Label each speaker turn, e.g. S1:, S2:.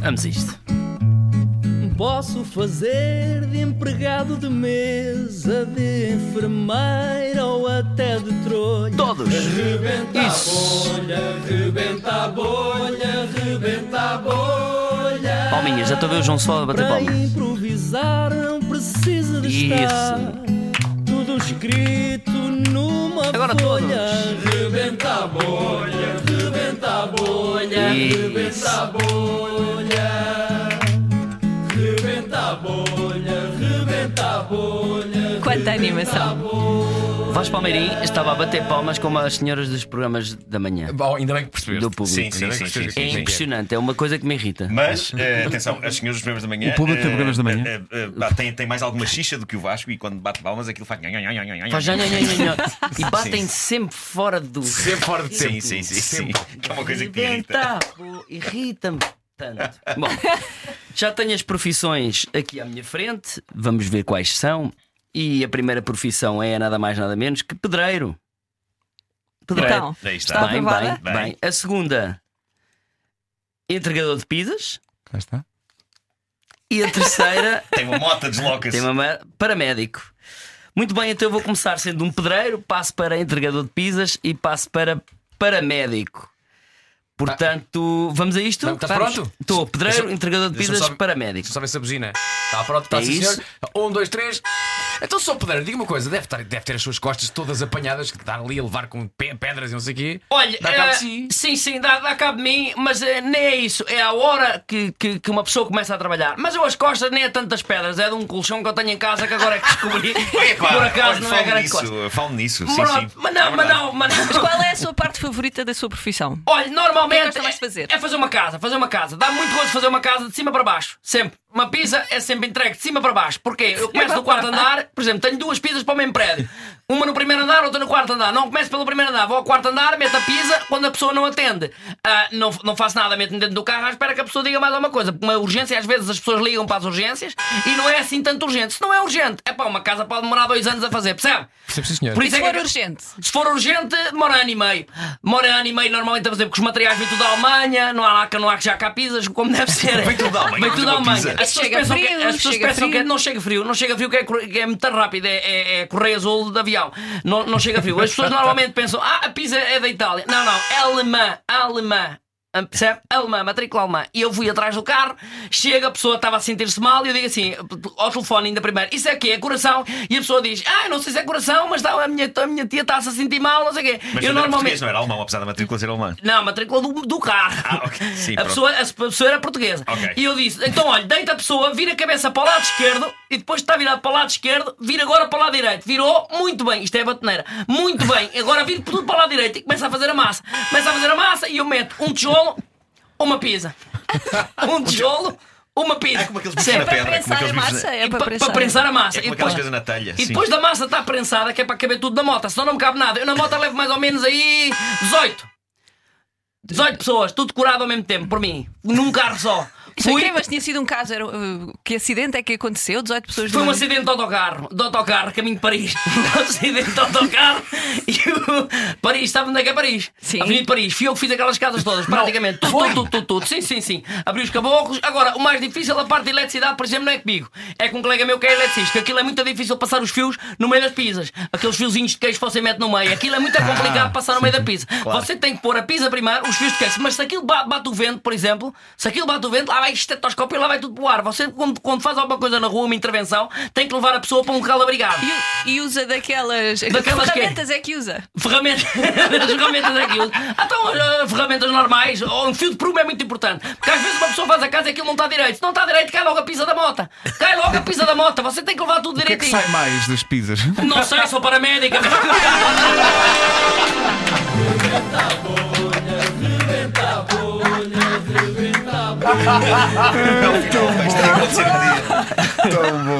S1: Vamos a isto.
S2: Posso fazer de empregado de mesa, de enfermeira ou até de trolha.
S1: Todos. Isso.
S2: Rebenta a bolha, rebenta a bolha.
S1: Palminhas, já estou a ver o João Sol a bater
S2: Para
S1: palmas.
S2: improvisar não precisa de
S1: Isso.
S2: estar tudo escrito numa
S1: Agora
S2: folha.
S1: todos.
S2: Rebenta a bolha, rebenta a bolha,
S1: Isso.
S2: rebenta a bolha. Rebenta a bolha, rebenta a bolha.
S3: Quanta animação.
S1: Vasco Palmeirim estava a bater palmas como as senhoras dos programas da manhã.
S4: Bom, ainda bem que percebeste.
S1: Do público.
S4: Sim, sim,
S5: Ainda bem
S4: sim,
S5: que
S4: sim,
S5: percebeste.
S4: sim,
S1: É
S4: sim.
S1: impressionante, é uma coisa que me irrita.
S5: Mas, eh, atenção, as senhoras dos programas da manhã.
S6: O público
S5: eh,
S6: tem programas da manhã?
S5: eh, eh, pá, tem, tem mais alguma xixa do que o Vasco e quando bate palmas aquilo faz.
S1: Faz nho, nho, nho, nho. E batem sempre fora do.
S4: Sempre fora de tempo.
S5: Sim, sim, sim, sim. Que é uma coisa que te irrita.
S1: Irrita, pô, irrita-me tanto. Bom, já tenho as profissões aqui à minha frente, vamos ver quais são. E a primeira profissão é nada mais nada menos que pedreiro.
S3: Então,
S5: Aí está.
S3: Está
S1: bem, bem,
S3: aprovada?
S1: bem, A segunda, entregador de pizzas.
S6: Cá está.
S1: E a terceira,
S5: Tem uma moto, desloca-se.
S1: tem uma ma- paramédico. Muito bem, então eu vou começar sendo um pedreiro, passo para entregador de pizzas e passo para paramédico. Portanto, vamos a isto?
S4: Não, estás
S1: Vamos.
S4: pronto?
S1: Estou, pedreiro,
S4: Deixa-
S1: entregador de
S4: deixa-me
S1: pizzas,
S4: só-
S1: paramédico.
S4: Deixa eu só ver se a buzina. Está pronto, está
S1: É
S4: sim,
S1: isso?
S4: senhor. Um, dois, três. Então, só pedreiro, diga uma coisa: deve, estar- deve ter as suas costas todas apanhadas, que está ali a levar com pe- pedras e não sei o quê.
S1: Olha,
S4: Dá cabo
S1: eh,
S4: de si.
S1: sim, sim, dá, dá cabo de mim, mas eh, nem é isso. É a hora que, que, que uma pessoa começa a trabalhar. Mas eu as costas nem é tantas pedras, é de um colchão que eu tenho em casa que agora é que descobri.
S5: Epá,
S1: Por acaso
S5: olha,
S1: não é
S5: falo
S1: grande coisa.
S5: nisso, falo nisso, sim, sim.
S1: Pronto, mas não,
S5: É
S1: mas
S5: verdade.
S1: não, mas não.
S3: Mas qual é a sua parte favorita da sua profissão?
S1: Olha,
S3: O que é que
S1: normalmente
S3: gostam mais de fazer?
S1: é fazer uma casa, fazer uma casa. Dá muito gosto fazer uma casa de cima para baixo. Sempre. Uma pizza é sempre entregue de cima para baixo. Porquê? Eu começo no quarto andar, por exemplo, tenho duas pizzas para o mesmo prédio. Uma no primeiro andar, outra no quarto andar. Não começo pelo primeiro andar, vou ao quarto andar, meto a pizza, quando a pessoa não atende. ah, não, não faço nada, meto-me dentro do carro à espera que a pessoa diga mais alguma coisa. Porque uma urgência, às vezes as pessoas ligam para as urgências e não é assim tanto urgente. Se não é urgente, é pá, uma casa pode demorar dois anos a fazer, percebe?
S4: Percebe, sim, senhor.
S1: Por
S3: Se
S1: isso é
S3: for
S1: que
S3: urgente.
S1: se for urgente, demora ano e meio. Demora ano e meio normalmente a fazer, porque os materiais vêm tudo da Alemanha, não há lá, não há que já cá pizzas, como deve ser.
S5: Vem tudo da Alemanha,
S1: Vem tudo da
S5: fazer uma
S1: Alemanha.
S5: pizza.
S1: As pessoas
S3: Chega
S1: pensam que,
S3: frio,
S1: as pessoas
S3: chega
S1: pensam que
S3: frio.
S1: não chega frio, não chega frio, que é, cor- que é muito rápido, é, é, é correio azul de avião. Não, não chega frio. As pessoas normalmente pensam, ah, a pizza é da Itália. Não, não, é alemã, alemã. Ah, Percebe? Alemã, matrícula alemã. E eu fui atrás do carro, chega, a pessoa estava a sentir-se mal e eu digo assim, ao telefone ainda primeiro, isso é que é coração? E a pessoa diz, ah, eu não sei se é coração, mas está- a, minha, a minha tia está-se a sentir mal, não sei o quê.
S5: Mas
S1: eu
S5: eu
S1: normalmente.
S5: não é? era alemão, apesar da matrícula ser alemã.
S1: Não, a matrícula do, do carro.
S5: Ah, ok. Sim,
S1: a,
S5: pronto.
S1: pessoa, a pessoa era portuguesa.
S5: Ok.
S1: E eu disse: então, olha, deita a pessoa, vira a cabeça para o lado esquerdo e depois está virado para o lado esquerdo, vira agora para o lado direito. Virou, muito bem, isto é batoneira. Muito bem, agora vira tudo para o lado direito e começa a fazer a massa. Começa a fazer a massa e eu meto um tijolo, uma pizza. Um tijolo, uma pizza.
S5: É como aqueles bichos
S1: Sempre.
S5: na
S3: Para
S5: pedra. como
S3: pensar
S5: aqueles
S3: a
S5: bichos
S3: massa,
S5: na-
S3: é
S1: E pa-
S3: para
S1: para,
S3: pensar.
S1: prensar a massa.
S5: É
S1: e
S5: como
S1: depois,
S5: aquelas coisas na telha.
S1: e
S5: sim.
S1: depois da massa está prensada, que é para caber tudo na moto, senão não me cabe nada. Eu na moto levo mais ou menos aí 18. 18 pessoas, tudo curado ao mesmo tempo, por mim. Num carro só.
S3: Isso é
S1: Fui,
S3: incrível, mas tinha sido um caso. Era, uh, que acidente é que aconteceu? 18 pessoas
S1: foi um
S3: numa-
S1: acidente de autocarro, de autocarro, caminho de Paris. Um acidente de autocarro e o Paris, sabe onde é que é Paris?
S3: Sim.
S1: Avenida de Paris. Fui eu que fiz aquelas casas todas, praticamente. Tudo, tudo, tudo, tudo, tudo. Sim, sim, sim. Abri os caboclos. Agora, o mais difícil, é a parte de eletricidade, por exemplo, não é comigo. É com um colega meu que é eletricista. Aquilo é muito difícil passar os fios no meio das pizzas. Aqueles fiozinhos de queijo que você mete no meio. Aquilo é muito
S6: Ah,
S1: complicado passar no meio da pizza. Você tem que pôr a pizza primeiro, os fios de queijo. Mas se aquilo ba- bate o vento, por exemplo, se aquilo bate o vento, lá vai estetoscópio e lá vai tudo para o ar. Você, quando, quando faz alguma coisa na rua, uma intervenção, tem que levar a pessoa para um local abrigado.
S3: E, e usa daquelas.
S1: Daquelas
S3: que
S1: quê?
S3: ferramentas é que usa?
S1: Ferramentas, as ferramentas daquilo. Então, eh, ferramentas normais, ou um fio de prumo é muito importante. Porque às vezes uma pessoa faz a casa e aquilo não está direito. Se não está direito, cai logo a pisa da mota. Cai logo a pisa da mota. Você tem que levar tudo
S6: O que é que
S1: direitinho.
S6: sai mais das pizzas?
S1: Não sei, sou paramédica.
S5: Isto é que aconteceu um dia.